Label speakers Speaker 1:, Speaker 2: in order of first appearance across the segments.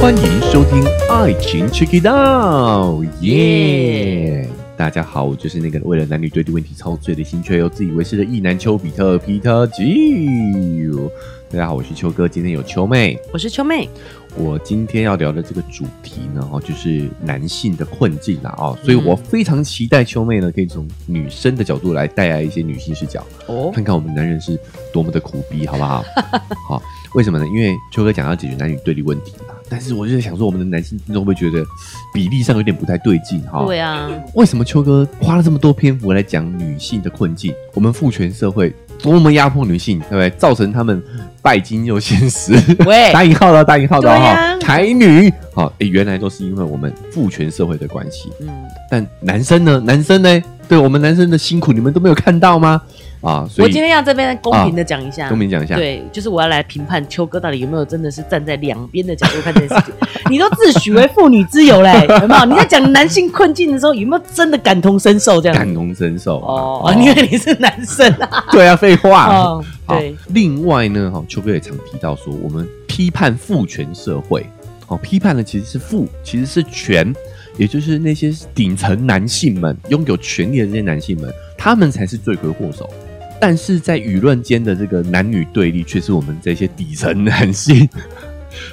Speaker 1: 欢迎收听《爱情 Check It Out》，耶！大家好，我就是那个为了男女对立问题操碎了心却又自以为是的意男丘比特皮特吉。大家好，我是丘哥，今天有丘妹。
Speaker 2: 我是秋妹，
Speaker 1: 我今天要聊的这个主题呢，哦，就是男性的困境啦，哦，所以我非常期待秋妹呢，可以从女生的角度来带来一些女性视角，
Speaker 2: 哦，
Speaker 1: 看看我们男人是多么的苦逼，好不 好？好，为什么呢？因为秋哥讲要解决男女对立问题嘛，但是我就在想说，我们的男性听众会不会觉得比例上有点不太对劲哈？
Speaker 2: 对啊，
Speaker 1: 为什么秋哥花了这么多篇幅来讲女性的困境？我们父权社会多么压迫女性，对不对？造成她们拜金又现实。
Speaker 2: 喂，
Speaker 1: 打引号的，打引号的
Speaker 2: 对
Speaker 1: 哈
Speaker 2: 啊，
Speaker 1: 台女好，诶原来都是因为我们父权社会的关系。
Speaker 2: 嗯，
Speaker 1: 但男生呢？男生呢？对我们男生的辛苦，你们都没有看到吗？啊，所
Speaker 2: 我
Speaker 1: 以啊
Speaker 2: 今天要这边公平的讲一下，
Speaker 1: 跟我们讲一下，
Speaker 2: 啊对，就是我要来评判秋哥到底有没有真的是站在两边的角度看这件事情。 你都自诩为妇女之友嘞， 有没有？你在讲男性困境的时候，有没有真的感同身受这样
Speaker 1: 感
Speaker 2: 子？
Speaker 1: 同身受啊
Speaker 2: 哦，哦，因为你是男生啊。
Speaker 1: 对啊，废话。
Speaker 2: 哦，
Speaker 1: 好
Speaker 2: 对，，
Speaker 1: 另外呢，哈，秋哥也常提到说，我们批判父权社会，哦，批判的其实是父，其实是权，也就是那些顶层男性们拥有权利的这些男性们，他们才是罪魁祸首。但是在舆论间的这个男女对立，却是我们这些底层男性，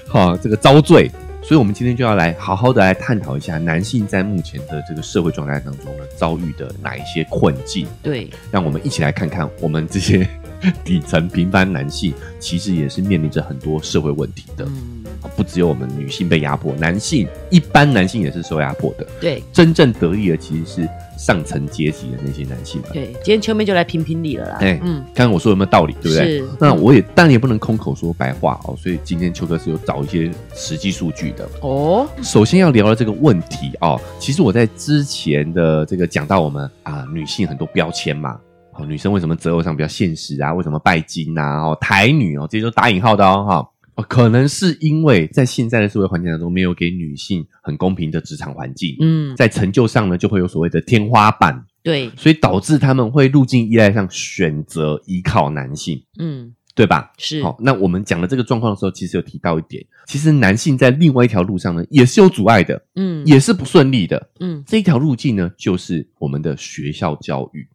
Speaker 1: 哈、这个遭罪。所以，我们今天就要来好好的来探讨一下男性在目前的这个社会状态当中呢，遭遇的哪一些困境。
Speaker 2: 对，
Speaker 1: 让我们一起来看看我们这些 底层平凡男性，其实也是面临着很多社会问题的。
Speaker 2: 嗯，
Speaker 1: 不只有我们女性被压迫，男性一般男性也是受压迫的。
Speaker 2: 对
Speaker 1: 真正得益的其实是上层阶级的那些男性们。
Speaker 2: 对，今天秋妹就来评评理了啦。
Speaker 1: 哎
Speaker 2: 嗯，
Speaker 1: 看看我说有没有道理，对不对
Speaker 2: 是？
Speaker 1: 那我也当然也不能空口说白话哦，所以今天邱哥是有找一些实际数据的。
Speaker 2: 哦，
Speaker 1: 首先要聊的这个问题哦，其实我在之前的这个讲到我们啊，女性很多标签嘛，哦，女生为什么择偶上比较现实啊？为什么拜金啊？哦，台女哦，这些都打引号的哦，哈、哦，可能是因为在现在的社会环境当中，没有给女性很公平的职场环境，
Speaker 2: 嗯，
Speaker 1: 在成就上呢，就会有所谓的天花板，
Speaker 2: 对，
Speaker 1: 所以导致他们会路径依赖上选择依靠男性，
Speaker 2: 嗯，
Speaker 1: 对吧？
Speaker 2: 是，
Speaker 1: 好，那我们讲的这个状况的时候，其实有提到一点，其实男性在另外一条路上呢，也是有阻碍的。
Speaker 2: 嗯，
Speaker 1: 也是不顺利的。
Speaker 2: 嗯，
Speaker 1: 这一条路径呢，就是我们的学校教育、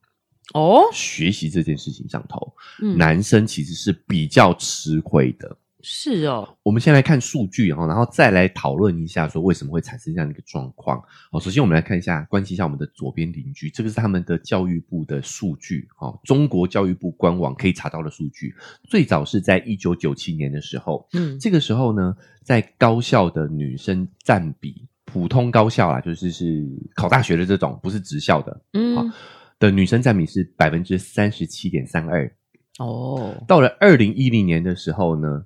Speaker 2: 哦，
Speaker 1: 学习这件事情上头，
Speaker 2: 嗯，
Speaker 1: 男生其实是比较吃亏的。
Speaker 2: 是哦，
Speaker 1: 我们先来看数据哦，然后再来讨论一下说为什么会产生这样的一个状况。哦，首先我们来看一下，关心一下我们的左边邻居，这个是他们的教育部的数据哦，中国教育部官网可以查到的数据，最早是在一九九七年的时候，
Speaker 2: 嗯，
Speaker 1: 这个时候呢，在高校的女生占比，普通高校啦，就是是考大学的这种，不是职校的
Speaker 2: 嗯，
Speaker 1: 的女生占比是百分之三十七点三二。
Speaker 2: 哦，
Speaker 1: 到了二零一零年的时候呢，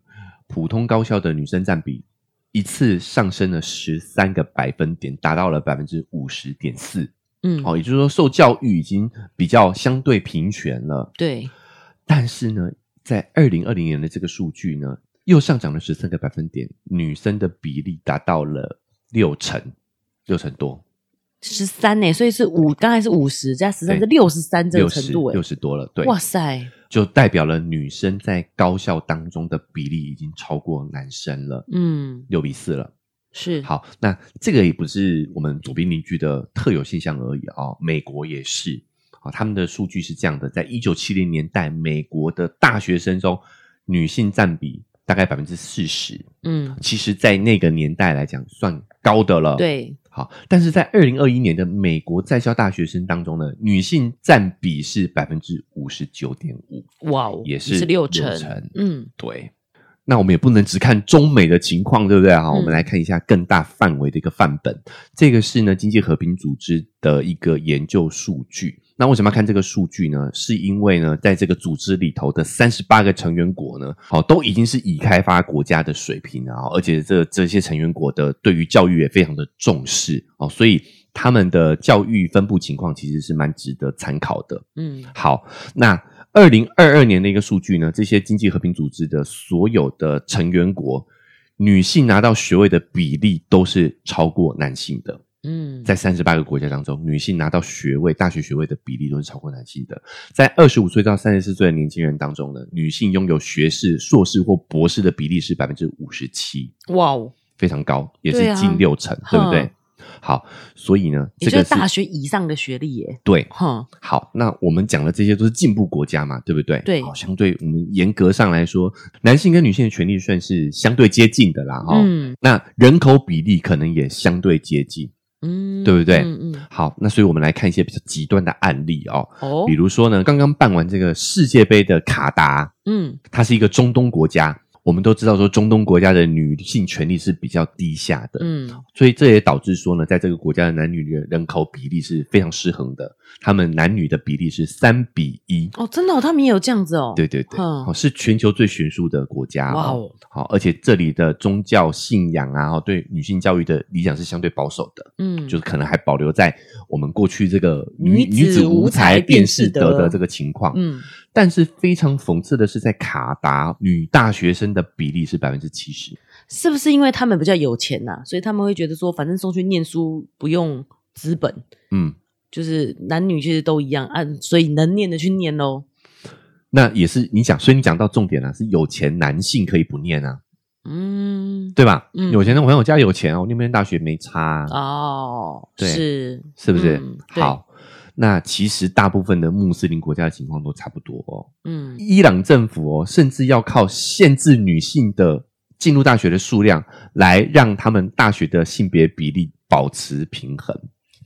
Speaker 1: 普通高校的女生占比一次上升了十三个百分点，达到了百分之五十点四。
Speaker 2: 嗯，
Speaker 1: 哦，也就是说，受教育已经比较相对平权了。
Speaker 2: 对，
Speaker 1: 但是呢，在二零二零年的这个数据呢，又上涨了十三个百分点，女生的比例达到了六成，六成多，
Speaker 2: 十三呢，所以是五，刚才是五十加十三
Speaker 1: 对
Speaker 2: 是六十三这
Speaker 1: 六
Speaker 2: 个程
Speaker 1: 十
Speaker 2: 度哎
Speaker 1: 六，十多了，对，
Speaker 2: 哇塞，
Speaker 1: 就代表了女生在高校当中的比例已经超过男生了，
Speaker 2: 嗯，
Speaker 1: 六比四了。
Speaker 2: 是，
Speaker 1: 好，那这个也不是我们左边邻居的特有现象而已啊、哦，美国也是啊、哦他们的数据是这样的，在一九七零年代，美国的大学生中女性占比大概百分之四十，
Speaker 2: 嗯，
Speaker 1: 其实，在那个年代来讲，算高的了。，
Speaker 2: 对，
Speaker 1: 好，但是在二零二一年的美国在校大学生当中呢，女性占比是百分之五十九点五，
Speaker 2: 哇哦，
Speaker 1: 也是
Speaker 2: 是六
Speaker 1: 六
Speaker 2: 成
Speaker 1: 成，
Speaker 2: 嗯，
Speaker 1: 对。那我们也不能只看中美的情况，对不对？哈，
Speaker 2: 嗯
Speaker 1: 我们来看一下更大范围的一个范本。这个是呢经济和平组织的一个研究数据。那为什么要看这个数据呢？是因为呢，在这个组织里头的三十八个成员国呢，哦，都已经是已开发国家的水平了哦，而且这这些成员国的对于教育也非常的重视哦，所以他们的教育分布情况其实是蛮值得参考的。
Speaker 2: 嗯，
Speaker 1: 好，那二零二二年的一个数据呢，这些经济和平组织的所有的成员国，女性拿到学位的比例都是超过男性的。
Speaker 2: 嗯，
Speaker 1: 在三十八个国家当中，女性拿到学位、大学学位的比例都是超过男性的。在二十五岁到三十四岁的年轻人当中呢，女性拥有学士、硕士或博士的比例是百分之五十七，
Speaker 2: 哇哦，
Speaker 1: 非常高，也是
Speaker 2: 对啊
Speaker 1: 近六成，对,、不对
Speaker 2: 哼？
Speaker 1: 好，所以呢，
Speaker 2: 也
Speaker 1: 这
Speaker 2: 就是
Speaker 1: 个是
Speaker 2: 大学以上的学历耶，
Speaker 1: 对。
Speaker 2: 哼，
Speaker 1: 好，那我们讲的这些都是进步国家嘛，对不对？
Speaker 2: 对
Speaker 1: 好，相对我们严格上来说，男性跟女性的权利算是相对接近的啦，哈、
Speaker 2: 嗯
Speaker 1: 那人口比例可能也相对接近。
Speaker 2: 嗯
Speaker 1: 对不对
Speaker 2: 嗯嗯，
Speaker 1: 好，那所以我们来看一些比较极端的案例哦，
Speaker 2: 哦
Speaker 1: 比，如说呢，刚刚办完这个世界杯的卡达，
Speaker 2: 嗯，
Speaker 1: 它是一个中东国家，我们都知道说中东国家的女性权利是比较低下的，
Speaker 2: 嗯，
Speaker 1: 所以这也导致说呢，在这个国家的男女人口比例是非常失衡的，他们男女的比例是三比一。
Speaker 2: 哦，真的哦，他们也有这样子哦，
Speaker 1: 对对对，
Speaker 2: 嗯
Speaker 1: 好、是全球最悬殊的国家、
Speaker 2: 哇
Speaker 1: 哦。
Speaker 2: 哦，
Speaker 1: 好、而且这里的宗教信仰啊，哦对女性教育的理想是相对保守的，
Speaker 2: 嗯，
Speaker 1: 就是可能还保留在我们过去这个女
Speaker 2: 女子
Speaker 1: 女子无
Speaker 2: 无
Speaker 1: 才
Speaker 2: 才
Speaker 1: 便
Speaker 2: 便
Speaker 1: 是
Speaker 2: 是
Speaker 1: 德
Speaker 2: 德
Speaker 1: 的这个情况。
Speaker 2: 嗯，
Speaker 1: 但是非常讽刺的是，在卡达，女大学生的比例是百分之七十。
Speaker 2: 是不是因为他们比较有钱呐、所以他们会觉得说，反正送去念书不用资本，
Speaker 1: 嗯，
Speaker 2: 就是男女其实都一样啊，所以能念的去念喽。
Speaker 1: 那也是你讲，所以你讲到重点了、啊是有钱男性可以不念啊，
Speaker 2: 嗯，
Speaker 1: 对吧？
Speaker 2: 嗯
Speaker 1: 有钱的朋友家有钱啊，我念不念大学没差、啊，
Speaker 2: 哦，
Speaker 1: 对
Speaker 2: 是
Speaker 1: 是不是？
Speaker 2: 嗯对
Speaker 1: 好。那其实大部分的穆斯林国家的情况都差不多哦。
Speaker 2: 嗯
Speaker 1: 伊朗政府哦，甚至要靠限制女性的进入大学的数量，来让他们大学的性别比例保持平衡。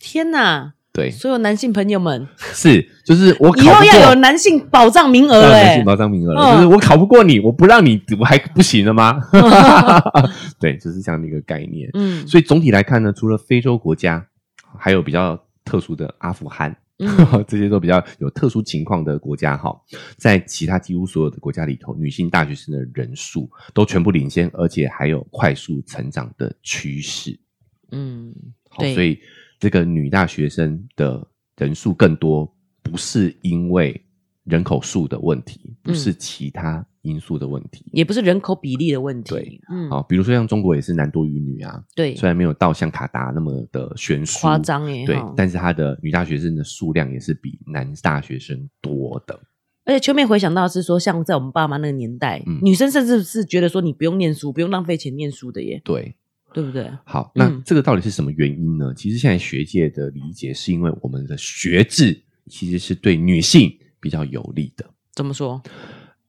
Speaker 2: 天哪，
Speaker 1: 对，
Speaker 2: 所有男性朋友们，
Speaker 1: 是，就是我考
Speaker 2: 以后
Speaker 1: 不
Speaker 2: 要
Speaker 1: 过
Speaker 2: 有男性保障名额
Speaker 1: 当然
Speaker 2: 哎、
Speaker 1: 是保障名额了，
Speaker 2: 嗯
Speaker 1: 就是我考不过你，我不让你读还不行了 吗？对，就是这样的一个概念。
Speaker 2: 嗯
Speaker 1: 所以总体来看呢，除了非洲国家，还有比较特殊的阿富汗，
Speaker 2: 嗯
Speaker 1: 这些都比较有特殊情况的国家哈，在其他几乎所有的国家里头，女性大学生的人数都全部领先，而且还有快速成长的趋势。
Speaker 2: 嗯，
Speaker 1: 好，
Speaker 2: 对，
Speaker 1: 所以这个女大学生的人数更多，不是因为人口数的问
Speaker 2: 嗯
Speaker 1: 题，不是其他因素的问题。
Speaker 2: 也不是人口比例的问题，
Speaker 1: 对，
Speaker 2: 嗯，
Speaker 1: 好，比如说像中国也是男多于女啊，
Speaker 2: 对，
Speaker 1: 虽然没有到像卡达那么的悬殊
Speaker 2: 夸，张哎，
Speaker 1: 对
Speaker 2: 哈，
Speaker 1: 但是它的女大学生的数量也是比男大学生多的。
Speaker 2: 而且秋妹回想到的是说，像在我们爸妈那个年代，
Speaker 1: 嗯
Speaker 2: 女生甚至是觉得说你不用念书，不用浪费钱念书的耶，
Speaker 1: 对，
Speaker 2: 对不对？
Speaker 1: 好，那
Speaker 2: 嗯
Speaker 1: 这个到底是什么原因呢？其实现在学界的理解是因为我们的学制其实是对女性比较有利的。
Speaker 2: 怎么说？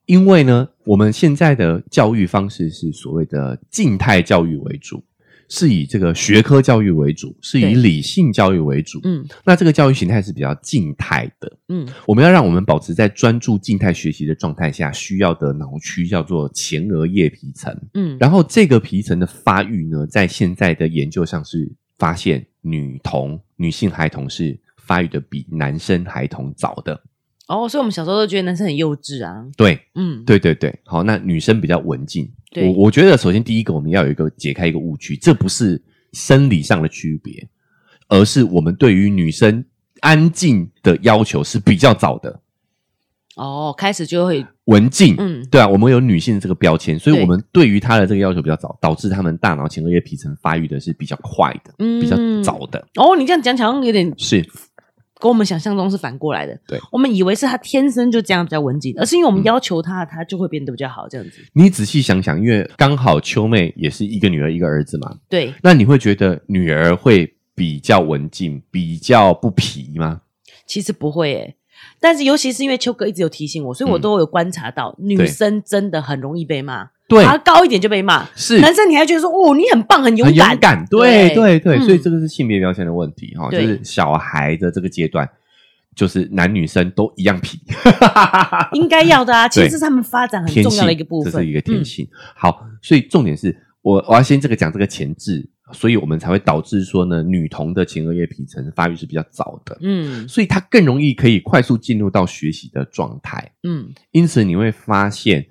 Speaker 1: 因为呢，我们现在的教育方式是所谓的静态教育为主，是以这个学科教育为主，是以
Speaker 2: 对
Speaker 1: 理性教育为主。
Speaker 2: 嗯
Speaker 1: 那这个教育形态是比较静态的，
Speaker 2: 嗯
Speaker 1: 我们要让我们保持在专注静态学习的状态下，需要的脑区叫做前额叶皮层。
Speaker 2: 嗯，
Speaker 1: 然后这个皮层的发育呢，在现在的研究上是发现女童、女性孩童是发育的比男生孩童早的。
Speaker 2: 哦，所以我们小时候都觉得男生很幼稚啊，
Speaker 1: 对，
Speaker 2: 嗯，
Speaker 1: 对对对，好，那女生比较文静。
Speaker 2: 对
Speaker 1: 我我觉得首先第一个，我们要有一个解开一个误区，这不是生理上的区别，而是我们对于女生安静的要求是比较早的，
Speaker 2: 哦，开始就会，
Speaker 1: 文静。
Speaker 2: 嗯
Speaker 1: 对啊，我们有女性这个标签，所以
Speaker 2: 对
Speaker 1: 我们对于她的这个要求比较早，导致她们大脑前额叶皮层发育的是比较快的，
Speaker 2: 嗯
Speaker 1: 比较。早的。
Speaker 2: 哦，你这样讲起来好像有点
Speaker 1: 是
Speaker 2: 跟我们想象中是反过来的。
Speaker 1: 对，嗯
Speaker 2: 我们以为是他天生就这样比较文静，而是因为我们要求他，他就会变得比较好这样子。
Speaker 1: 你仔细想想，因为刚好秋妹也是一个女儿一个儿子嘛，
Speaker 2: 对，
Speaker 1: 那你会觉得女儿会比较文静，比较不皮吗？
Speaker 2: 其实不会诶、欸但是尤其是因为秋哥一直有提醒我，所以我
Speaker 1: 嗯
Speaker 2: 都有观察到，女
Speaker 1: 对
Speaker 2: 生真的很容易被骂，
Speaker 1: 对，
Speaker 2: 然后高一点就被骂，
Speaker 1: 是
Speaker 2: 男生你还觉得说哦，你很棒，很啊勇
Speaker 1: 很
Speaker 2: 敢，
Speaker 1: 勇敢，对对对，
Speaker 2: 嗯
Speaker 1: 所以这个是性别标签的问题哈，就
Speaker 2: 对
Speaker 1: 是小孩的这个阶段，就是男女生都一样皮，
Speaker 2: 应该要的啊。其
Speaker 1: 对
Speaker 2: 实这是他们发展很
Speaker 1: 天
Speaker 2: 重要
Speaker 1: 性
Speaker 2: 的一个部分，
Speaker 1: 这是一个天
Speaker 2: 嗯
Speaker 1: 性。好，所以重点是我我要先这个讲这个前置，所以我们才会导致说呢，女童的前额叶皮层发育是比较早的，
Speaker 2: 嗯
Speaker 1: 所以她更容易可以快速进入到学习的状态。
Speaker 2: 嗯，
Speaker 1: 因此你会发现，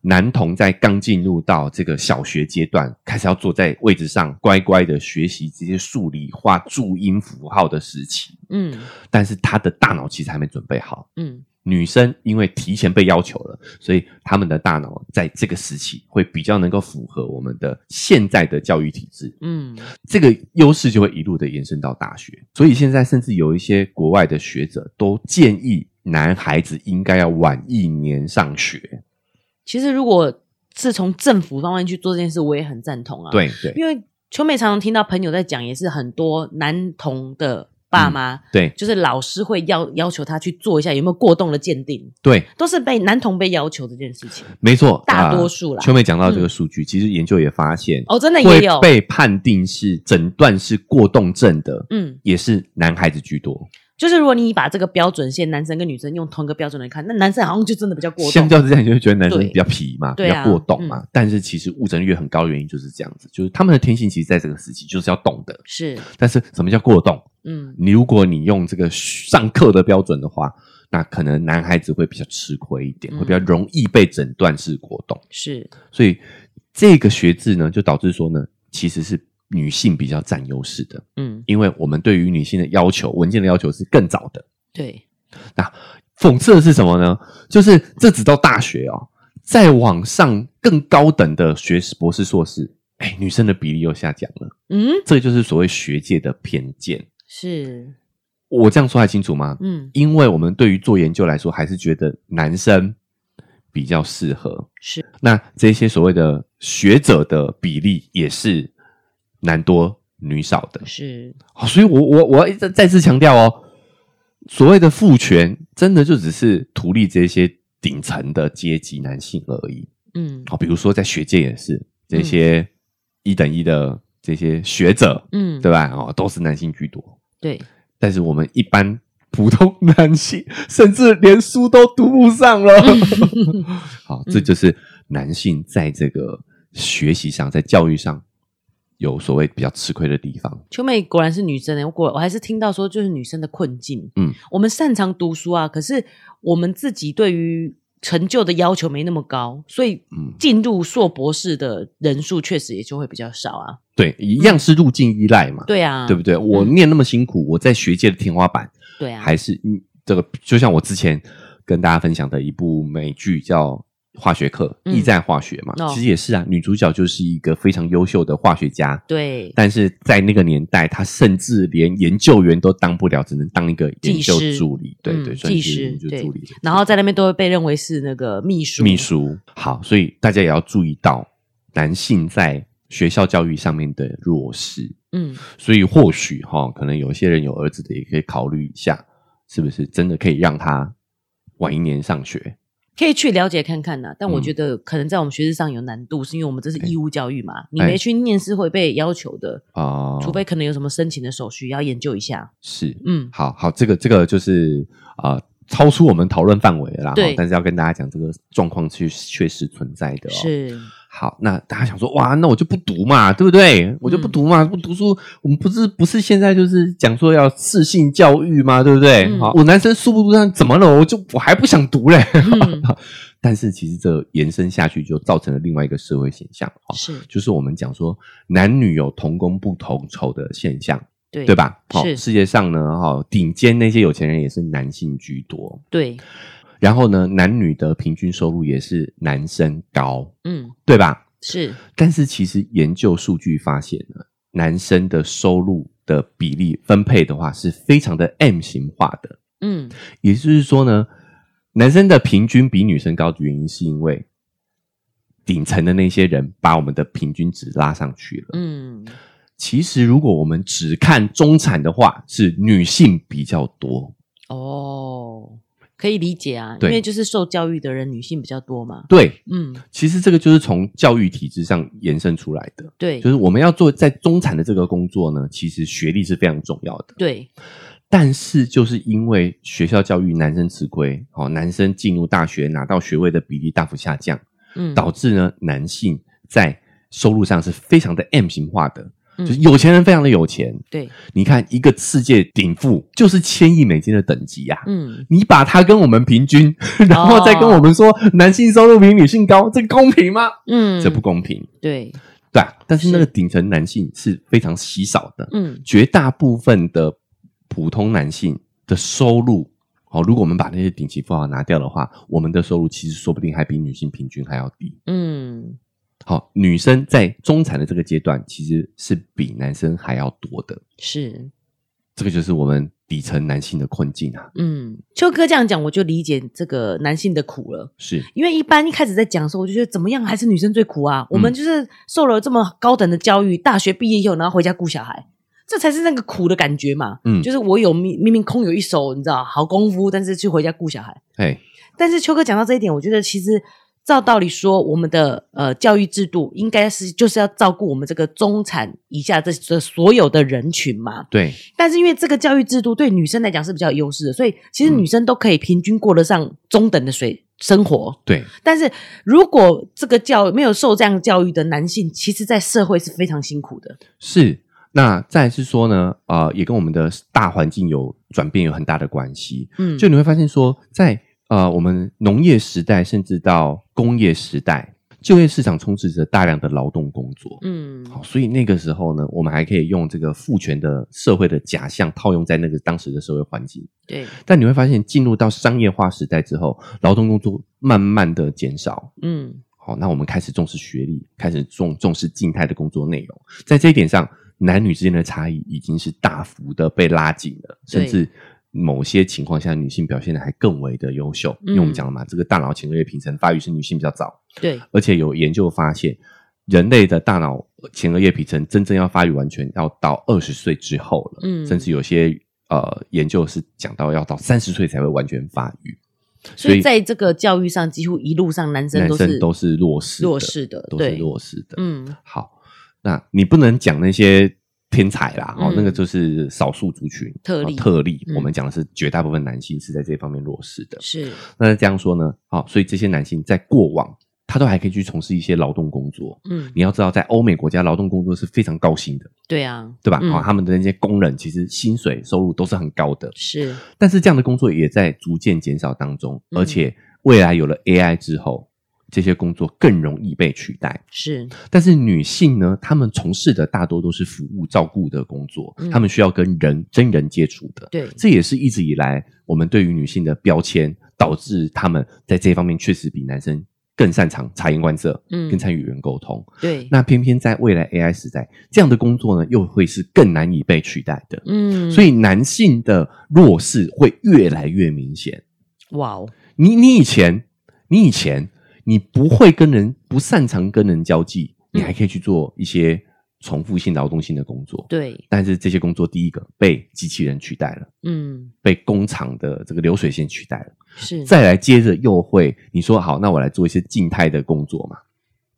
Speaker 1: 男童在刚进入到这个小学阶段，开始要坐在位置上乖乖的学习这些数理化注音符号的时期，
Speaker 2: 嗯
Speaker 1: 但是他的大脑其实还没准备好。
Speaker 2: 嗯
Speaker 1: 女生因为提前被要求了，所以他们的大脑在这个时期会比较能够符合我们的现在的教育体制。
Speaker 2: 嗯，
Speaker 1: 这个优势就会一路的延伸到大学。所以现在甚至有一些国外的学者都建议男孩子应该要晚一年上学。
Speaker 2: 其实如果是从政府方面去做这件事，我也很赞同啊。，
Speaker 1: 对对
Speaker 2: 因为秋妹常常听到朋友在讲，也是很多男童的
Speaker 1: 嗯
Speaker 2: 爸妈。
Speaker 1: 对
Speaker 2: 就是老师会要要求他去做一下有没有过动的鉴定，
Speaker 1: 对，
Speaker 2: 都是被男童被要求这件事情，
Speaker 1: 没错，
Speaker 2: 大
Speaker 1: 呃
Speaker 2: 多数啦。嗯
Speaker 1: 秋妹讲到这个数据，其实研究也发现，
Speaker 2: 哦，真的也
Speaker 1: 会
Speaker 2: 有，
Speaker 1: 被判定是诊断是过动症的，
Speaker 2: 嗯，
Speaker 1: 也是男孩子居多。
Speaker 2: 就是如果你把这个标准线，男生跟女生用同一个标准来看，那男生好像就真的比较过
Speaker 1: 相
Speaker 2: 动。
Speaker 1: 较之下，你就会觉得男生
Speaker 2: 对
Speaker 1: 比较皮嘛，比
Speaker 2: 对啊
Speaker 1: 较过动嘛。但是其实误诊率很高的原因就是这样子，就是他们的天性其实在这个时期就是要动的。
Speaker 2: 是，
Speaker 1: 但是什么叫过动？
Speaker 2: 嗯，
Speaker 1: 你如果你用这个上课的标准的话，那可能男孩子会比较吃亏一点，
Speaker 2: 嗯
Speaker 1: 会比较容易被诊断是过动。
Speaker 2: 是，
Speaker 1: 所以这个学制呢，就导致说呢，其实是女性比较占优势的，
Speaker 2: 嗯，
Speaker 1: 因为我们对于女性的要求，文件的要求是更早的。
Speaker 2: 对，
Speaker 1: 讽刺的是什么呢？就是这只到大学哦，再往上更高等的学士、博士、硕士，哎，女生的比例又下降了。
Speaker 2: 嗯，
Speaker 1: 这就是所谓学界的偏见。
Speaker 2: 是，
Speaker 1: 我这样说还清楚吗？
Speaker 2: 嗯，
Speaker 1: 因为我们对于做研究来说，还是觉得男生比较适合。
Speaker 2: 是，
Speaker 1: 那这些所谓的学者的比例也是男多女少的。
Speaker 2: 是，
Speaker 1: 哦所以我，我我要再再次强调哦，所谓的父权，真的就只是图利这些顶层的阶级男性而已。
Speaker 2: 嗯，
Speaker 1: 好、比如说在学界也是这些一等一的这些学者，
Speaker 2: 嗯，
Speaker 1: 对吧？哦，都是男性居多。
Speaker 2: 对，
Speaker 1: 但是我们一般普通 男性，甚至连书都读不上了。好，这就是男性在这个学习上，在教育上有所谓比较吃亏的地方。
Speaker 2: 秋妹果然是女生诶、欸我果我还是听到说就是女生的困境。
Speaker 1: 嗯，
Speaker 2: 我们擅长读书啊，可是我们自己对于成就的要求没那么高，所以
Speaker 1: 嗯
Speaker 2: 进入硕博士的人数确实也就会比较少啊。
Speaker 1: 对，一样是路径依赖嘛，
Speaker 2: 对啊，
Speaker 1: 对不
Speaker 2: 对？
Speaker 1: 对？我念那么辛苦，我在学界的天花板
Speaker 2: 对啊，
Speaker 1: 还是嗯这个，就像我之前跟大家分享的一部美剧叫《化学课》，
Speaker 2: 嗯
Speaker 1: 意在化学嘛，
Speaker 2: 哦
Speaker 1: 其实也是啊，女主角就是一个非常优秀的化学家。
Speaker 2: 对，
Speaker 1: 但是在那个年代，她甚至连研究员都当不了，只能当一个研究
Speaker 2: 技师
Speaker 1: 助理。对对，
Speaker 2: 嗯
Speaker 1: 算
Speaker 2: 技
Speaker 1: 是
Speaker 2: 师
Speaker 1: 研究
Speaker 2: 对
Speaker 1: 助理。
Speaker 2: 然后在那边都会被认为是那个秘书。
Speaker 1: 秘，书好，所以大家也要注意到男性在学校教育上面的弱势。
Speaker 2: 嗯，
Speaker 1: 所以或许哈、可能有些人有儿子的也可以考虑一下，是不是真的可以让他晚一年上学？
Speaker 2: 可以去了解看看呐、但我
Speaker 1: 嗯
Speaker 2: 觉得可能在我们学制上有难度，是因为我们这是义务教育嘛，你
Speaker 1: 哎
Speaker 2: 没去念是会被要求的，
Speaker 1: 哦，
Speaker 2: 除非可能有什么申请的手续要研究一下。
Speaker 1: 是
Speaker 2: 嗯，
Speaker 1: 好好，这个这个就是啊、呃超出我们讨论范围了啦。
Speaker 2: 对
Speaker 1: 哈但是要跟大家讲，这个状况确确实存在的、哦。
Speaker 2: 是。
Speaker 1: 好，那大家想说，哇，那我就不读嘛，对不对？我就不读
Speaker 2: 嗯
Speaker 1: 嘛，不读书，我们不是不是现在就是讲说要适性教育嘛，对不对？
Speaker 2: 嗯
Speaker 1: 好，我男生书不读上怎么了？我就我还不想读嘞。
Speaker 2: 嗯
Speaker 1: 但是其实这延伸下去，就造成了另外一个社会现象哦，
Speaker 2: 是
Speaker 1: 就是我们讲说男女有同工不同酬的现象，
Speaker 2: 对
Speaker 1: 对？吧？
Speaker 2: 是
Speaker 1: 好、世界上呢，哈、顶尖那些有钱人也是男性居多，
Speaker 2: 对，
Speaker 1: 然后呢，男女的平均收入也是男生高，
Speaker 2: 嗯，
Speaker 1: 对吧？
Speaker 2: 是
Speaker 1: 但是其实研究数据发现呢，男生的收入的比例分配的话是非常的 M 型化的，
Speaker 2: 嗯，
Speaker 1: 也就是说呢，男生的平均比女生高的原因是因为顶层的那些人把我们的平均值拉上去了。
Speaker 2: 嗯，
Speaker 1: 其实如果我们只看中产的话，是女性比较多。
Speaker 2: 哦，可以理解啊，因
Speaker 1: 对
Speaker 2: 为就是受教育的人女性比较多嘛。
Speaker 1: 对，
Speaker 2: 嗯，
Speaker 1: 其实这个就是从教育体制上延伸出来的，
Speaker 2: 对
Speaker 1: 就，是我们要做在中产的这个工作呢，其实学历是非常重要的。
Speaker 2: 对，
Speaker 1: 但是就是因为学校教育男生吃亏，哦，男生进入大学拿到学位的比例大幅下降，
Speaker 2: 嗯，
Speaker 1: 导致呢男性在收入上是非常的 M 型化的，
Speaker 2: 嗯
Speaker 1: 就是有钱人非常的有钱。
Speaker 2: 对，
Speaker 1: 你看一个世界顶富就是千亿美金的等级呀、
Speaker 2: 嗯，
Speaker 1: 你把它跟我们平均，然后再跟我们说男性收入比女性高，这公平吗？
Speaker 2: 嗯，
Speaker 1: 这不公平，
Speaker 2: 对，
Speaker 1: 对啊。但是那
Speaker 2: 是
Speaker 1: 个顶层男性是非常稀少的，
Speaker 2: 嗯，
Speaker 1: 绝大部分的普通男性的收入好、如果我们把那些顶级富豪拿掉的话，我们的收入其实说不定还比女性平均还要低。
Speaker 2: 嗯，
Speaker 1: 好、女生在中产的这个阶段其实是比男生还要多的，
Speaker 2: 是，
Speaker 1: 这个就是我们底层男性的困境啊。
Speaker 2: 嗯，秋哥这样讲，我就理解这个男性的苦了。
Speaker 1: 是，
Speaker 2: 因为一般一开始在讲的时候，我就觉得怎么样还是女生最苦啊。
Speaker 1: 嗯
Speaker 2: 我们就是受了这么高等的教育，大学毕业以后，然后回家顾小孩，这才是那个苦的感觉嘛。
Speaker 1: 嗯
Speaker 2: 就是我有明明明空有一手，你知道好功夫，但是去回家顾小孩。
Speaker 1: 哎，
Speaker 2: 但是秋哥讲到这一点，我觉得其实照道理说，我们的呃教育制度应该是就是要照顾我们这个中产以下这这所有的人群嘛。
Speaker 1: 对，
Speaker 2: 但是因为这个教育制度对女生来讲是比较有优势的，所以其实
Speaker 1: 嗯
Speaker 2: 女生都可以平均过得上中等的水生活。
Speaker 1: 对，
Speaker 2: 但是如果这个教没有受这样教育的男性，其实在社会是非常辛苦的。
Speaker 1: 是。那再来是说呢，啊，也跟我们的大环境有转变有很大的关系。
Speaker 2: 嗯，
Speaker 1: 就你会发现说，在呃我们农业时代，甚至到工业时代，就业市场充斥着大量的劳动工作。
Speaker 2: 嗯
Speaker 1: 好，所以那个时候呢，我们还可以用这个父权的社会的假象套用在那个当时的社会环境。
Speaker 2: 对，
Speaker 1: 但你会发现，进入到商业化时代之后，劳动工作慢慢的减少。
Speaker 2: 嗯
Speaker 1: 好，那我们开始重视学历，开始重重视静态的工作内容。在这一点上，男女之间的差异已经是大幅的被拉紧了，
Speaker 2: 对
Speaker 1: 甚至某些情况下，女性表现的还更为的优秀。
Speaker 2: 嗯
Speaker 1: 因为我们讲了嘛，这个大脑前额叶皮层发育是女性比较早，
Speaker 2: 对，
Speaker 1: 而且有研究发现，人类的大脑前额叶皮层真正要发育完全要到二十岁之后了，
Speaker 2: 嗯
Speaker 1: 甚至有些呃研究是讲到要到三十岁才会完全发育，
Speaker 2: 所以在这个教育上，几乎一路上男生
Speaker 1: 男
Speaker 2: 都
Speaker 1: 生
Speaker 2: 是
Speaker 1: 都是弱势的
Speaker 2: 弱势的，
Speaker 1: 都是
Speaker 2: 对，
Speaker 1: 弱势的。
Speaker 2: 嗯
Speaker 1: 好，那你不能讲那些天才啦，哦
Speaker 2: 嗯，
Speaker 1: 那个就是少数族群
Speaker 2: 特
Speaker 1: 哦
Speaker 2: 例
Speaker 1: 特例，
Speaker 2: 嗯
Speaker 1: 我们讲的是绝大部分男性是在这方面弱势的。
Speaker 2: 是，
Speaker 1: 那这样说呢？好、所以这些男性在过往，他都还可以去从事一些劳动工作。
Speaker 2: 嗯
Speaker 1: 你要知道，在欧美国家，劳动工作是非常高薪的，
Speaker 2: 对啊，
Speaker 1: 对吧？
Speaker 2: 嗯
Speaker 1: 好、他们的那些工人其实薪水收入都是很高的，
Speaker 2: 是，
Speaker 1: 但是这样的工作也在逐渐减少当中，
Speaker 2: 嗯
Speaker 1: 而且未来有了 AI 之后，这些工作更容易被取代。
Speaker 2: 是，
Speaker 1: 但是女性呢，她们从事的大多都是服务照顾的工作，
Speaker 2: 嗯
Speaker 1: 她们需要跟人真人接触的。
Speaker 2: 对，
Speaker 1: 这也是一直以来我们对于女性的标签，导致她们在这方面确实比男生更擅长察言观色，
Speaker 2: 嗯
Speaker 1: 更参与与人沟通。
Speaker 2: 对，
Speaker 1: 那偏偏在未来 AI 时代，这样的工作呢，又会是更难以被取代的。
Speaker 2: 嗯，
Speaker 1: 所以男性的弱势会越来越明显。
Speaker 2: 哇哦，
Speaker 1: 你你以前，你以前你不会跟人不擅长跟人交际，
Speaker 2: 嗯
Speaker 1: 你还可以去做一些重复性劳动性的工作。
Speaker 2: 对，
Speaker 1: 但是这些工作，第一个被机器人取代了，
Speaker 2: 嗯，
Speaker 1: 被工厂的这个流水线取代了。
Speaker 2: 是，
Speaker 1: 再来接着又会你说好，那我来做一些静态的工作嘛？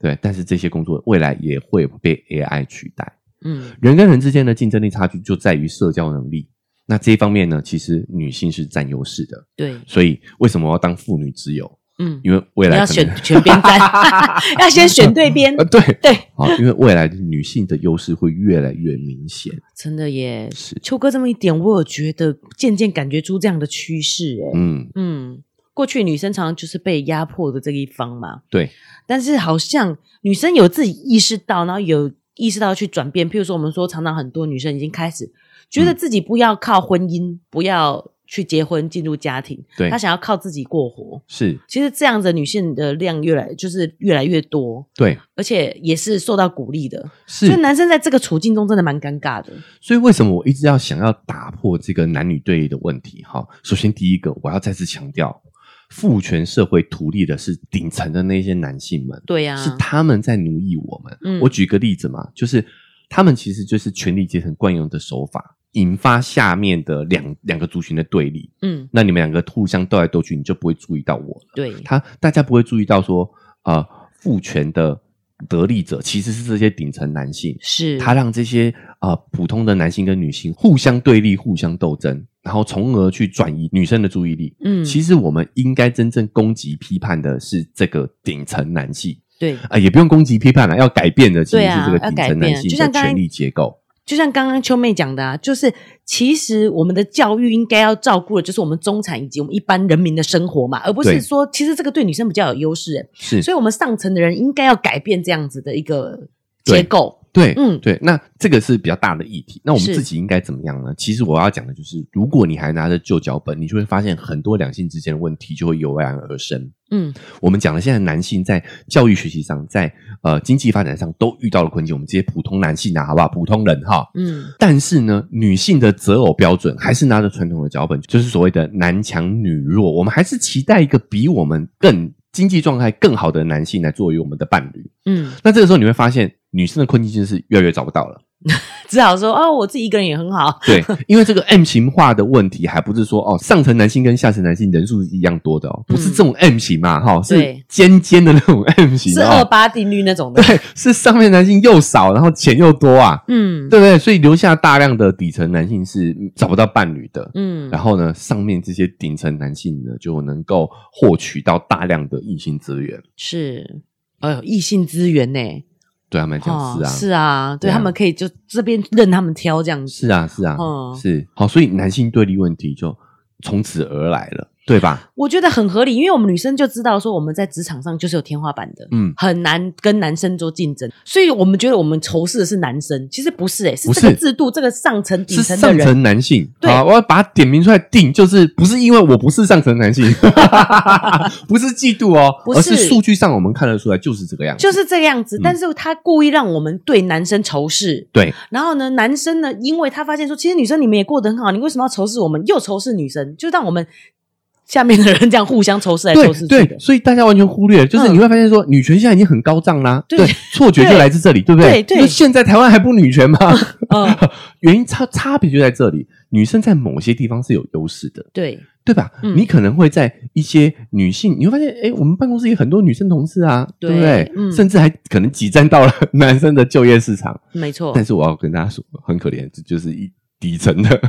Speaker 1: 对，但是这些工作未来也会被 AI 取代。
Speaker 2: 嗯
Speaker 1: 人跟人之间的竞争力差距就在于社交能力。那这一方面呢，其实女性是占优势的，
Speaker 2: 对，
Speaker 1: 所以为什么我要当妇女之友？
Speaker 2: 嗯，
Speaker 1: 因为未
Speaker 2: 你
Speaker 1: 来
Speaker 2: 要
Speaker 1: 可
Speaker 2: 选
Speaker 1: 能
Speaker 2: 全边站， 要先选对边
Speaker 1: 呃，对
Speaker 2: 对，
Speaker 1: 好，因为未来女性的优势会越来越明显。
Speaker 2: 真的耶，
Speaker 1: 是，
Speaker 2: 秋哥这么一点，我有觉得渐渐感觉出这样的趋势、欸，
Speaker 1: 嗯，
Speaker 2: 嗯，过去女生常常就是被压迫的这一方嘛，
Speaker 1: 对，
Speaker 2: 但是好像女生有自己意识到，然后有意识到去转变。譬如说，我们说常常很多女生已经开始觉
Speaker 1: 嗯
Speaker 2: 得自己不要靠婚姻，不要去结婚进入家庭，
Speaker 1: 对
Speaker 2: 她想要靠自己过活。
Speaker 1: 是，
Speaker 2: 其实这样的女性的量越来就是越来越多，
Speaker 1: 对，
Speaker 2: 而且也是受到鼓励的。
Speaker 1: 是
Speaker 2: 所以。男生在这个处境中真的蛮尴尬的。
Speaker 1: 所以为什么我一直要想要打破这个男女对立的问题？哈，首先第一个，我要再次强调，父权社会图利的是顶层的那些男性们。
Speaker 2: 对呀、
Speaker 1: 是他们在奴役我们。
Speaker 2: 嗯
Speaker 1: 我举个例子嘛，就是他们其实就是权力阶层惯用的手法，引发下面的两两个族群的对立。
Speaker 2: 嗯，
Speaker 1: 那你们两个互相斗来斗去，你就不会注意到我了。
Speaker 2: 对，
Speaker 1: 他大家不会注意到说，呃，父权的得利者其实是这些顶层男性，
Speaker 2: 是
Speaker 1: 他让这些呃普通的男性跟女性互相对立、互相斗争，然后从而去转移女生的注意力。
Speaker 2: 嗯，
Speaker 1: 其实我们应该真正攻击、批判的是这个顶层男性，
Speaker 2: 对，
Speaker 1: 啊、也不用攻击批判了，要改变的其实
Speaker 2: 对啊
Speaker 1: 是这个顶层男性
Speaker 2: 要改变就像
Speaker 1: 的
Speaker 2: 刚才
Speaker 1: 权力结构。
Speaker 2: 就像刚刚秋妹讲的啊，就是其实我们的教育应该要照顾的，就是我们中产以及我们一般人民的生活嘛，而不是
Speaker 1: 对
Speaker 2: 说其实这个对女生比较有优势、欸，
Speaker 1: 是
Speaker 2: 所以我们上层的人应该要改变这样子的一个结构，
Speaker 1: 对，
Speaker 2: 嗯
Speaker 1: 对，那这个是比较大的议题。那我们
Speaker 2: 是
Speaker 1: 自己应该怎么样呢？其实我要讲的就是，如果你还拿着旧脚本，你就会发现很多两性之间的问题就会油然而生。
Speaker 2: 嗯，
Speaker 1: 我们讲的现在男性在教育学习上，在呃经济发展上都遇到了困境。我们这些普通男性啊，好不好？普通人哈。
Speaker 2: 嗯，
Speaker 1: 但是呢，女性的择偶标准还是拿着传统的脚本，就是所谓的男强女弱。我们还是期待一个比我们更经济状态更好的男性来作为我们的伴侣。
Speaker 2: 嗯，
Speaker 1: 那这个时候你会发现，女生的困境就是越来越找不到了。
Speaker 2: 只好说哦，我自己一个人也很好。
Speaker 1: 对，因为这个 M 型化的问题，还不是说哦，上层男性跟下层男性人数是一样多的哦，不是这种 M 型嘛，哈、是
Speaker 2: 嗯对
Speaker 1: 尖尖的那种 M 型
Speaker 2: 是二
Speaker 1: 哦，
Speaker 2: 八定律那种的，
Speaker 1: 对，是上面男性又少，然后钱又多啊，
Speaker 2: 嗯
Speaker 1: 对不对？所以留下大量的底层男性是找不到伴侣的。
Speaker 2: 嗯
Speaker 1: 然后呢，上面这些顶层男性呢，就能够获取到大量的异性资源，
Speaker 2: 是，哎呦，异性资源呢、
Speaker 1: 对他们来讲是啊，
Speaker 2: 是啊，对
Speaker 1: 对啊
Speaker 2: 他们可以就这边任他们挑这样子，
Speaker 1: 是啊，是啊，
Speaker 2: 嗯
Speaker 1: 是好，所以男性对立问题就从此而来了，对吧？
Speaker 2: 我觉得很合理，因为我们女生就知道说我们在职场上就是有天花板的，
Speaker 1: 嗯
Speaker 2: 很难跟男生做竞争，所以我们觉得我们仇视的是男生，其实不是、欸，是
Speaker 1: 不
Speaker 2: 这个
Speaker 1: 是
Speaker 2: 制度，这个上层底
Speaker 1: 是
Speaker 2: 层的
Speaker 1: 上
Speaker 2: 人，
Speaker 1: 层男性，
Speaker 2: 对
Speaker 1: 啊，我要把它点名出来定，就是不是因为我不是上层男性， 不是嫉妒哦，
Speaker 2: 不
Speaker 1: 而是
Speaker 2: 是
Speaker 1: 数据上我们看得出来就是这个样子，
Speaker 2: 就是这个样子。
Speaker 1: 嗯
Speaker 2: 但是他故意让我们对男生仇视，
Speaker 1: 对
Speaker 2: 然后呢，男生呢，因为他发现说，其实女生你们也过得很好，你为什么要仇视我们？又仇视女生，就让我们下面的人这样互相仇视来仇视
Speaker 1: 对
Speaker 2: 去的
Speaker 1: 对，。所以大家完全忽略，就是
Speaker 2: 嗯
Speaker 1: 你会发现说女权现在已经很高涨啦，
Speaker 2: 对
Speaker 1: 对，错觉就来自这里，对不对？
Speaker 2: 对对
Speaker 1: 就现在台湾还不女权吗？
Speaker 2: 嗯，
Speaker 1: 原因差差别就在这里，女生在某些地方是有优势的，
Speaker 2: 对，
Speaker 1: 对吧？
Speaker 2: 嗯
Speaker 1: 你可能会在一些女性，你会发现，哎，我们办公室有很多女生同事啊，对
Speaker 2: 对
Speaker 1: 不对？
Speaker 2: 嗯哦
Speaker 1: 甚至还可能挤占到了男生的就业市场。
Speaker 2: 没错
Speaker 1: 但，是我要跟大家说，很可怜，这就是一底层的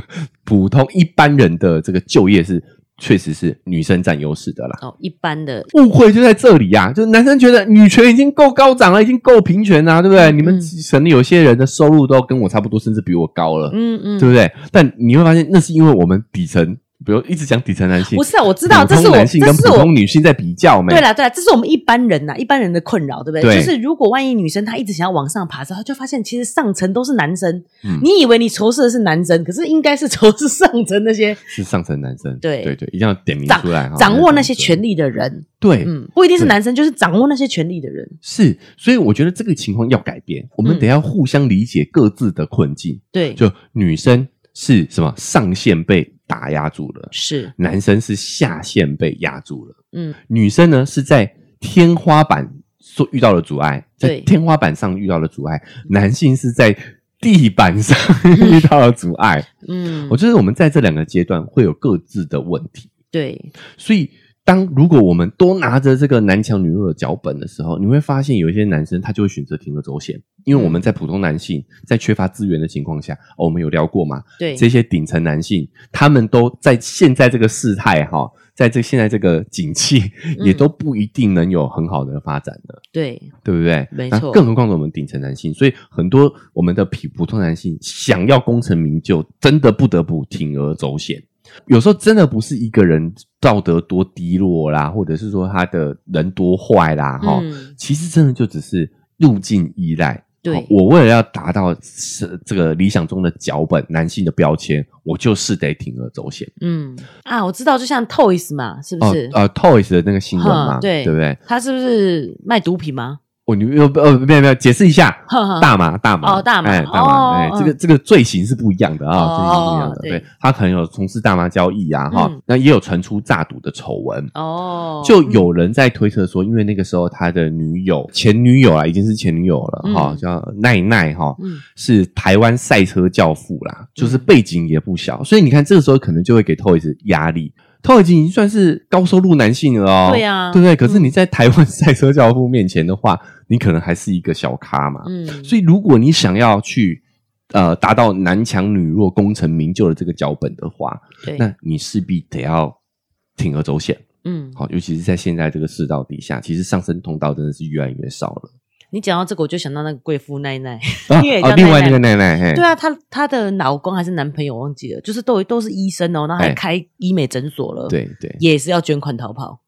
Speaker 1: 普通一般人的这个就业是，确实是女生占优势的啦。
Speaker 2: 哦，一般的，
Speaker 1: 误会就在这里呀、就是男生觉得女权已经够高涨了，已经够平权啊啦、对不对？
Speaker 2: 嗯
Speaker 1: 你们可能有些人的收入都跟我差不多，甚至比我高了，
Speaker 2: 嗯嗯
Speaker 1: 对，不对？但你会发现，那是因为我们底层，比如一直讲底层男性，
Speaker 2: 不是啊，我知道，
Speaker 1: 普
Speaker 2: 这是
Speaker 1: 通
Speaker 2: 我，
Speaker 1: 男性
Speaker 2: 这
Speaker 1: 跟
Speaker 2: 是
Speaker 1: 普
Speaker 2: 我
Speaker 1: 通女性在比较没？
Speaker 2: 对啦，对啦，这是我们一般人呐、一般人的困扰，对不对？
Speaker 1: 对
Speaker 2: 就是如果万一女生她一直想要往上爬的时候，她就发现其实上层都是男生。
Speaker 1: 嗯
Speaker 2: 你以为你仇视的是男生，可是应该是仇视上层 那些
Speaker 1: 是上层男生，
Speaker 2: 对
Speaker 1: 对对，一定要点名
Speaker 2: 掌
Speaker 1: 出来哈，
Speaker 2: 掌握那些
Speaker 1: 对
Speaker 2: 权力的人。
Speaker 1: 啊对，
Speaker 2: 嗯，不一定是
Speaker 1: 对
Speaker 2: 男生，就是掌握那些权力的人。
Speaker 1: 是，所以我觉得这个情况要改变，我们
Speaker 2: 嗯
Speaker 1: 得要互相理解各自的困境。
Speaker 2: 对，
Speaker 1: 就女生是什么上限被打压住了，
Speaker 2: 是，
Speaker 1: 男生是下限被压住了，
Speaker 2: 嗯，
Speaker 1: 女生呢是在天花板所遇到的阻碍，在
Speaker 2: 对
Speaker 1: 天花板上遇到的阻碍，男性是在地板上遇到的阻碍。
Speaker 2: 嗯
Speaker 1: 我，觉得我们在这两个阶段会有各自的问题，
Speaker 2: 对，
Speaker 1: 所以。当如果我们都拿着这个男强女弱的脚本的时候，你会发现有一些男生他就会选择铤而走险，因为我们在普通男性在缺乏资源的情况下，哦我们有聊过嘛，
Speaker 2: 对，
Speaker 1: 这些顶层男性，他们都在现在这个事态哈，在这现在这个景气，
Speaker 2: 嗯
Speaker 1: 也都不一定能有很好的发展的，
Speaker 2: 对，
Speaker 1: 对不对？
Speaker 2: 没
Speaker 1: 那
Speaker 2: 错
Speaker 1: 更何况是我们顶层男性，所以很多我们的普普通男性想要功成名就，真的不得不铤而走险。有时候真的不是一个人道德多低落啦，或者是说他的人多坏啦，哈、
Speaker 2: 嗯，
Speaker 1: 其实真的就只是路径依赖。
Speaker 2: 对
Speaker 1: 好我为了要达到是这个理想中的脚本男性的标签，我就是得铤而走险。
Speaker 2: 嗯，啊，我知道，就像 Toys 嘛，是不是？
Speaker 1: 呃，Toys 的那个新闻嘛，
Speaker 2: 哼对
Speaker 1: 对不对？
Speaker 2: 他是不是卖毒品吗？
Speaker 1: 哦，你又呃，没有没有，解释一下，
Speaker 2: 哼哼
Speaker 1: 大麻大麻
Speaker 2: 哦大麻
Speaker 1: 哎大麻
Speaker 2: 哦
Speaker 1: 哎，
Speaker 2: 嗯
Speaker 1: 这个这个罪行是不一样的啊，
Speaker 2: 哦
Speaker 1: 罪行是不一样的。
Speaker 2: 对
Speaker 1: 对，他可能有从事大麻交易啊，哈
Speaker 2: 嗯，
Speaker 1: 那也有传出诈赌的丑闻。
Speaker 2: 哦，嗯
Speaker 1: 就有人在推测说，因为那个时候他的女友前女友啊，已经是前女友了
Speaker 2: 嗯
Speaker 1: 哈，叫奈奈哈，
Speaker 2: 嗯，
Speaker 1: 是台湾赛车教父啦，就是背景也不小，所以你看这个时候可能就会给 Toys 压力。Toys 已经算是高收入男性了哦，
Speaker 2: 对啊
Speaker 1: 对不对？可是你在台湾赛车教父面前的话， 你可能还是一个小咖嘛。
Speaker 2: 嗯，
Speaker 1: 所以如果你想要去呃达到男强女弱、功成名就的这个脚本的话，
Speaker 2: 对，
Speaker 1: 那你势必得要铤而走险。
Speaker 2: 嗯，
Speaker 1: 好，尤其是在现在这个世道底下，其实上升通道真的是越来越少了。
Speaker 2: 你讲到这个，我就想到那个贵妇奈 奈，
Speaker 1: 啊
Speaker 2: 因为也
Speaker 1: 啊
Speaker 2: 叫
Speaker 1: 另外
Speaker 2: 奈奈
Speaker 1: 那个奈奈，嘿，
Speaker 2: 对啊，她她的老公还是男朋友忘记了，就是都都是医生哦，然后
Speaker 1: 哎
Speaker 2: 还开医美诊所了，，
Speaker 1: 对对
Speaker 2: 也是要捐款逃跑，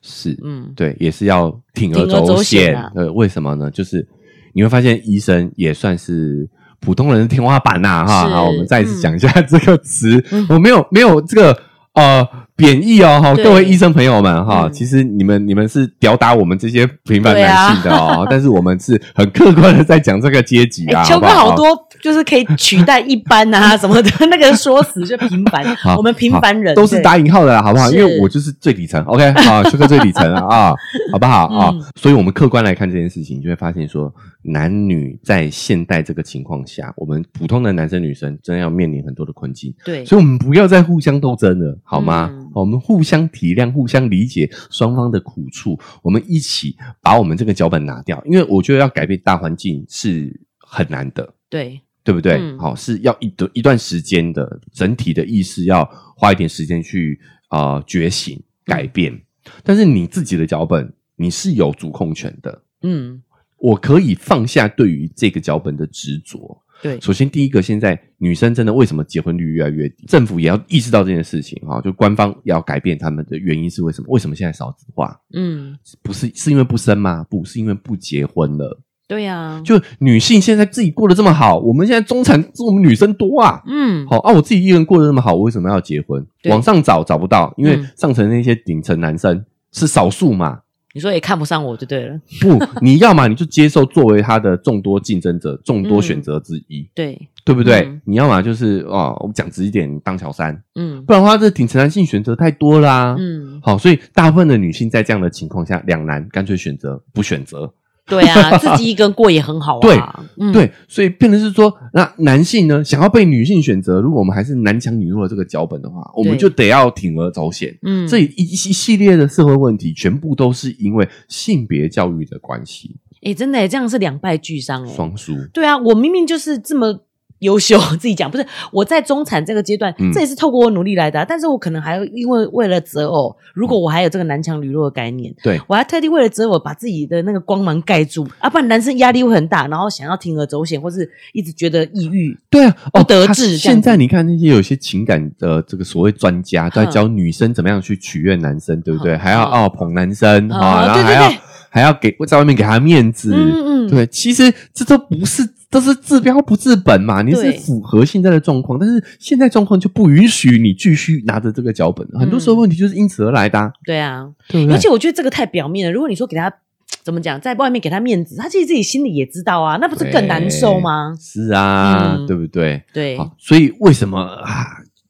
Speaker 1: 是，
Speaker 2: 嗯，
Speaker 1: 对，也是要铤而
Speaker 2: 铤而
Speaker 1: 走
Speaker 2: 走
Speaker 1: 险。
Speaker 2: 险啊
Speaker 1: 呃，为什么呢？就是你会发现医生也算是普通人的天花板呐、哈。
Speaker 2: 是
Speaker 1: 好，我们再一次
Speaker 2: 嗯
Speaker 1: 讲一下 这个词，
Speaker 2: 嗯
Speaker 1: 我没有没有这个呃贬义哦，哈，
Speaker 2: 对
Speaker 1: 各位医生朋友们哈，
Speaker 2: 嗯
Speaker 1: 其实你们你们是吊打我们这些平凡
Speaker 2: 对啊
Speaker 1: 男性的哦， 但是我们是很客观的在讲这个阶级啊，
Speaker 2: 哎，球哥
Speaker 1: 不
Speaker 2: 好多就是可以取代一般啊什么的， 那个说死就平凡
Speaker 1: 好，
Speaker 2: 我们平凡人
Speaker 1: 都是打引号的啦，好不好？
Speaker 2: 是
Speaker 1: 因为我就是最底层，OK 啊，修哥最底层啊，啊，好不好啊
Speaker 2: 嗯？
Speaker 1: 所以我们客观来看这件事情，你就会发现说，男女在现代这个情况下，我们普通的男生女生真的要面临很多的困境，
Speaker 2: 对
Speaker 1: 所以我们不要再互相斗争了，好吗？
Speaker 2: 嗯
Speaker 1: 我们互相体谅、互相理解双方的苦处，我们一起把我们这个脚本拿掉，因为我觉得要改变大环境是很难的，
Speaker 2: 对
Speaker 1: 对不对？
Speaker 2: 嗯
Speaker 1: 好、是要一段一段时间的整体的意识要花一点时间去啊、呃觉醒改变，但是你自己的脚本你是有主控权的，
Speaker 2: 嗯
Speaker 1: 我可以放下对于这个脚本的执着。
Speaker 2: 对
Speaker 1: 首先，第一个，现在女生真的为什么结婚率越来越低？政府也要意识到这件事情哈、就官方要改变他们的原因是为什么？为什么现在少子化？
Speaker 2: 嗯
Speaker 1: 不是是因为不生吗？不是因为不结婚了。
Speaker 2: 对啊呀，
Speaker 1: 就女性现在自己过得这么好，我们现在中产我们女生多啊。
Speaker 2: 嗯
Speaker 1: 好啊，我自己一个人过得那么好，我为什么要结婚？
Speaker 2: 对
Speaker 1: 往上找找不到，因为
Speaker 2: 嗯
Speaker 1: 上层那些顶层男生是少数嘛。
Speaker 2: 你说也看不上我就对了，
Speaker 1: 不，你要嘛你就接受作为他的众多竞争者、众多
Speaker 2: 嗯
Speaker 1: 选择之一，
Speaker 2: 对，
Speaker 1: 对不对
Speaker 2: 嗯？
Speaker 1: 你要嘛就是哦，我们讲直一点，你当小三，
Speaker 2: 嗯
Speaker 1: 不然的话，这顶层男性选择太多啦。
Speaker 2: 嗯，
Speaker 1: 好，所以大部分的女性在这样的情况下，两难，干脆选择不选择。
Speaker 2: 对 啊，自己一个人过也很好啊，嗯，
Speaker 1: 对，所以变成是说，那男性呢，想要被女性选择，如果我们还是男强女弱的这个脚本的话，我们
Speaker 2: 对
Speaker 1: 就得要铤而走险。
Speaker 2: 嗯，
Speaker 1: 这一一系列的社会问题，全部都是因为性别教育的关系，
Speaker 2: 哎真的耶这样是两败俱伤哎，
Speaker 1: 双输。
Speaker 2: 对啊，我明明就是这么优秀， 自己讲不是我在中产这个阶段，
Speaker 1: 嗯
Speaker 2: 这也是透过我努力来的啊、但是我可能还要因为为了择偶，如果我还有这个男强女弱的概念，
Speaker 1: 对
Speaker 2: 我还特地为了择偶把自己的那个光芒盖住，啊，不然男生压力会很大，然后想要铤而走险，或是一直觉得抑郁。
Speaker 1: 对啊，哦，
Speaker 2: 不得
Speaker 1: 他
Speaker 2: 志这样
Speaker 1: 现在
Speaker 2: 子嗯
Speaker 1: 你看那些有些情感的这个所谓专家，都在
Speaker 2: 哼
Speaker 1: 教女生怎么样去取悦男生，对不对？
Speaker 2: 哼
Speaker 1: 还要
Speaker 2: 哼
Speaker 1: 哦捧男生
Speaker 2: 嗯哦
Speaker 1: 啊，然后
Speaker 2: 对
Speaker 1: 还
Speaker 2: 对
Speaker 1: 要
Speaker 2: 对
Speaker 1: 还要给在外面给他面子，
Speaker 2: 嗯嗯，
Speaker 1: 对，其实这都不是，都是治标不治本嘛。你是
Speaker 2: 对
Speaker 1: 符合现在的状况，但是现在状况就不允许你继续拿着这个脚本。很多时
Speaker 2: 嗯
Speaker 1: 候问题就是因此而来的、啊，
Speaker 2: 对啊，
Speaker 1: 对不对？
Speaker 2: 而且我觉得这个太表面了。如果你说给他怎么讲，在外面给他面子，他其实自己心里也知道啊，那不是更难受吗？
Speaker 1: 是啊，
Speaker 2: 嗯
Speaker 1: 对不对？
Speaker 2: 对，
Speaker 1: 好，所以为什么啊？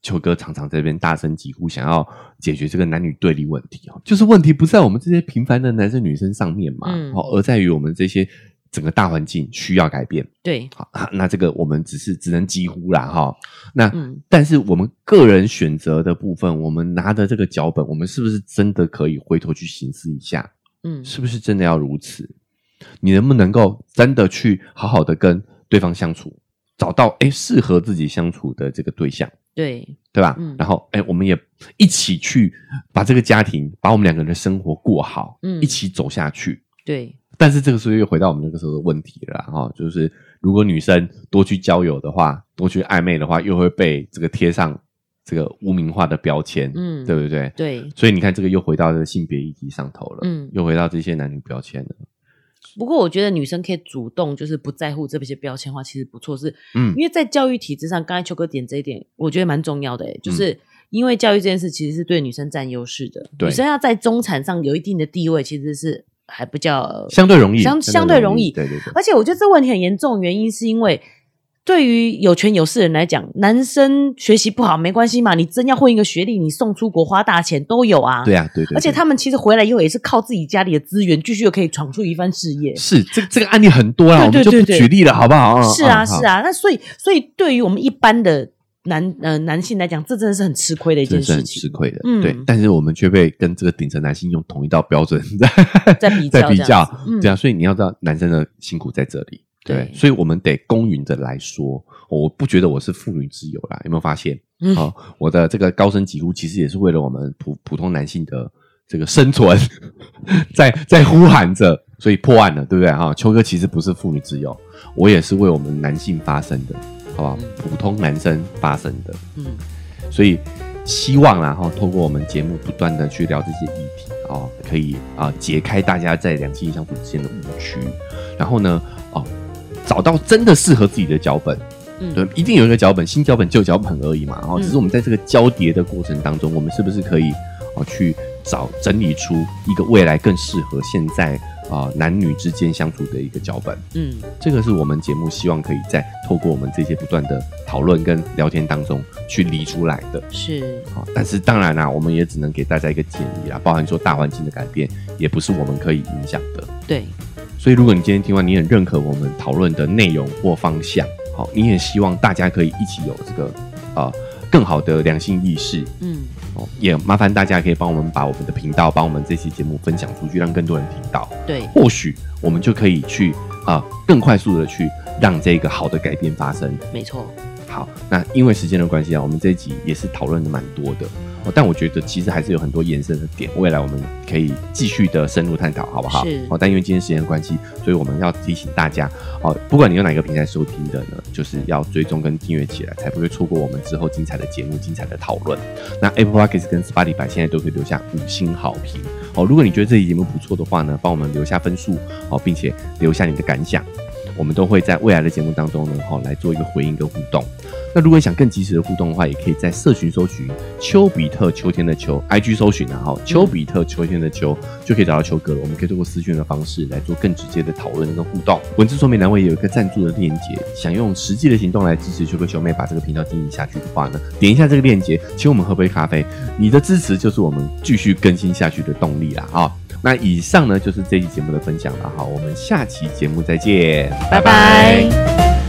Speaker 1: 秋哥常常在这边大声疾呼，想要解决这个男女对立问题哦，就是问题不在我们这些平凡的男生女生上面嘛，
Speaker 2: 嗯
Speaker 1: 哦，而在于我们这些整个大环境需要改变。
Speaker 2: 对，
Speaker 1: 好，啊那这个我们只是只能疾呼啦哈。那、
Speaker 2: 嗯
Speaker 1: 但是我们个人选择的部分，我们拿的这个脚本，我们是不是真的可以回头去行思一下，
Speaker 2: 嗯，
Speaker 1: 是不是真的要如此？你能不能够真的去好好的跟对方相处，找到诶适合自己相处的这个对象，
Speaker 2: 对，
Speaker 1: 对吧？
Speaker 2: 嗯
Speaker 1: 然后诶我们也一起去把这个家庭，把我们两个人的生活过好，
Speaker 2: 嗯
Speaker 1: 一起走下去。
Speaker 2: 对，
Speaker 1: 但是这个时候又回到我们那个时候的问题了啦哈、就是如果女生多去交友的话，多去暧昧的话，又会被这个贴上这个污名化的标签，
Speaker 2: 嗯，
Speaker 1: 对不对？
Speaker 2: 对，
Speaker 1: 所以你看，这个又回到这个性别议题上头了，
Speaker 2: 嗯
Speaker 1: 又回到这些男女标签了，
Speaker 2: 不过我觉得女生可以主动，就是不在乎这些标签化，其实不错是。
Speaker 1: 嗯
Speaker 2: 因为在教育体制上，刚才秋哥点这一点，我觉得蛮重要的、欸，
Speaker 1: 嗯
Speaker 2: 就是因为教育这件事其实是对女生占优势的，
Speaker 1: 对
Speaker 2: 女生要在中产上有一定的地位，其实是还比较
Speaker 1: 相对容易，
Speaker 2: 相相对容易
Speaker 1: 对对对，
Speaker 2: 而且我觉得这问题很严重，原因是因为对于有权有势的人来讲，男生学习不好没关系嘛，你真要混一个学历，你送出国花大钱都有啊。
Speaker 1: 对啊，对对，
Speaker 2: 而且
Speaker 1: 对
Speaker 2: 他们其实回来以后也是靠自己家里的资源，继续又可以闯出一番事业。
Speaker 1: 是这这个案例很多啊啦，我
Speaker 2: 对
Speaker 1: 们
Speaker 2: 对
Speaker 1: 就不
Speaker 2: 对对
Speaker 1: 举例了，好不好？嗯
Speaker 2: 是啊，
Speaker 1: 嗯好
Speaker 2: 是啊。那所以，所以对于我们一般的男呃男性来讲，这真的是很吃亏的一
Speaker 1: 这
Speaker 2: 件
Speaker 1: 是
Speaker 2: 事
Speaker 1: 很吃
Speaker 2: 情，
Speaker 1: 亏的，
Speaker 2: 嗯
Speaker 1: 对。但是我们却被跟这个顶层男性用同一道标准 在
Speaker 2: 在比较
Speaker 1: 在比
Speaker 2: 这样
Speaker 1: 较
Speaker 2: 子，嗯
Speaker 1: 对啊。所以你要知道，男生的辛苦在这里，对。
Speaker 2: 对
Speaker 1: 所以我们得公允的来说，我不觉得我是妇女之友啦，有没有发现？
Speaker 2: 嗯
Speaker 1: 好、我的这个高声疾呼，其实也是为了我们普普通男性的这个生存， 在在呼喊着，所以破案了，对不对啊？哈秋哥其实不是妇女之友，我也是为我们男性发声的，好不好
Speaker 2: 嗯？
Speaker 1: 普通男生发声的。
Speaker 2: 嗯，
Speaker 1: 所以希望然后透过我们节目不断的去聊这些议题哦，可以啊、解开大家在两性相处之间的误区。然后呢，哦，找到真的适合自己的脚本。
Speaker 2: 嗯
Speaker 1: 对，一定有一个脚本，新脚本、旧脚本而已嘛。然后，
Speaker 2: 嗯
Speaker 1: 只是我们在这个交叠的过程当中，我们是不是可以哦去找整理出一个未来更适合现在啊、男女之间相处的一个脚本？
Speaker 2: 嗯，
Speaker 1: 这个是我们节目希望可以在透过我们这些不断的讨论跟聊天当中去理出来的。
Speaker 2: 是
Speaker 1: 好，哦但是当然啦、我们也只能给大家一个建议啦，包含说大环境的改变也不是我们可以影响的。
Speaker 2: 对，
Speaker 1: 所以，如果你今天听完，你很认可我们讨论的内容或方向，好，你也希望大家可以一起有这个啊、呃更好的良性意识
Speaker 2: 嗯，
Speaker 1: 哦，也麻烦大家可以帮我们把我们的频道，帮我们这期节目分享出去，让更多人听到，
Speaker 2: 对，
Speaker 1: 或许我们就可以去啊、更快速的去让这个好的改变发生。
Speaker 2: 没错，
Speaker 1: 好，那因为时间的关系啊，我们这一集也是讨论的蛮多的、哦，但我觉得其实还是有很多延伸的点，未来我们可以继续的深入探讨，好不好
Speaker 2: 是？
Speaker 1: 哦，但因为今天时间的关系，所以我们要提醒大家哦，不管你用哪个平台收听的呢，就是要追踪跟订阅起来，才不会错过我们之后精彩的节目、精彩的讨论。那 Apple Podcast 跟 Spotify 现在都可以留下五星好评哦。如果你觉得这期节目不错的话呢，帮我们留下分数哦，并且留下你的感想。我们都会在未来的节目当中呢，哦，来做一个回应跟互动。那如果想更及时的互动的话，也可以在社群搜寻“丘比特秋天的秋 ”，IG 搜寻然后“丘比特秋天的秋”就可以找到秋哥了。我们可以通过私讯的方式来做更直接的讨论跟互动。文字说明栏位也有一个赞助的链接，想用实际的行动来支持秋哥秋妹把这个频道经营下去的话呢，点一下这个链接，请我们喝杯咖啡。你的支持就是我们继续更新下去的动力啦！哈、那以上呢就是这期节目的分享了哈，我们下期节目再见，
Speaker 2: 拜拜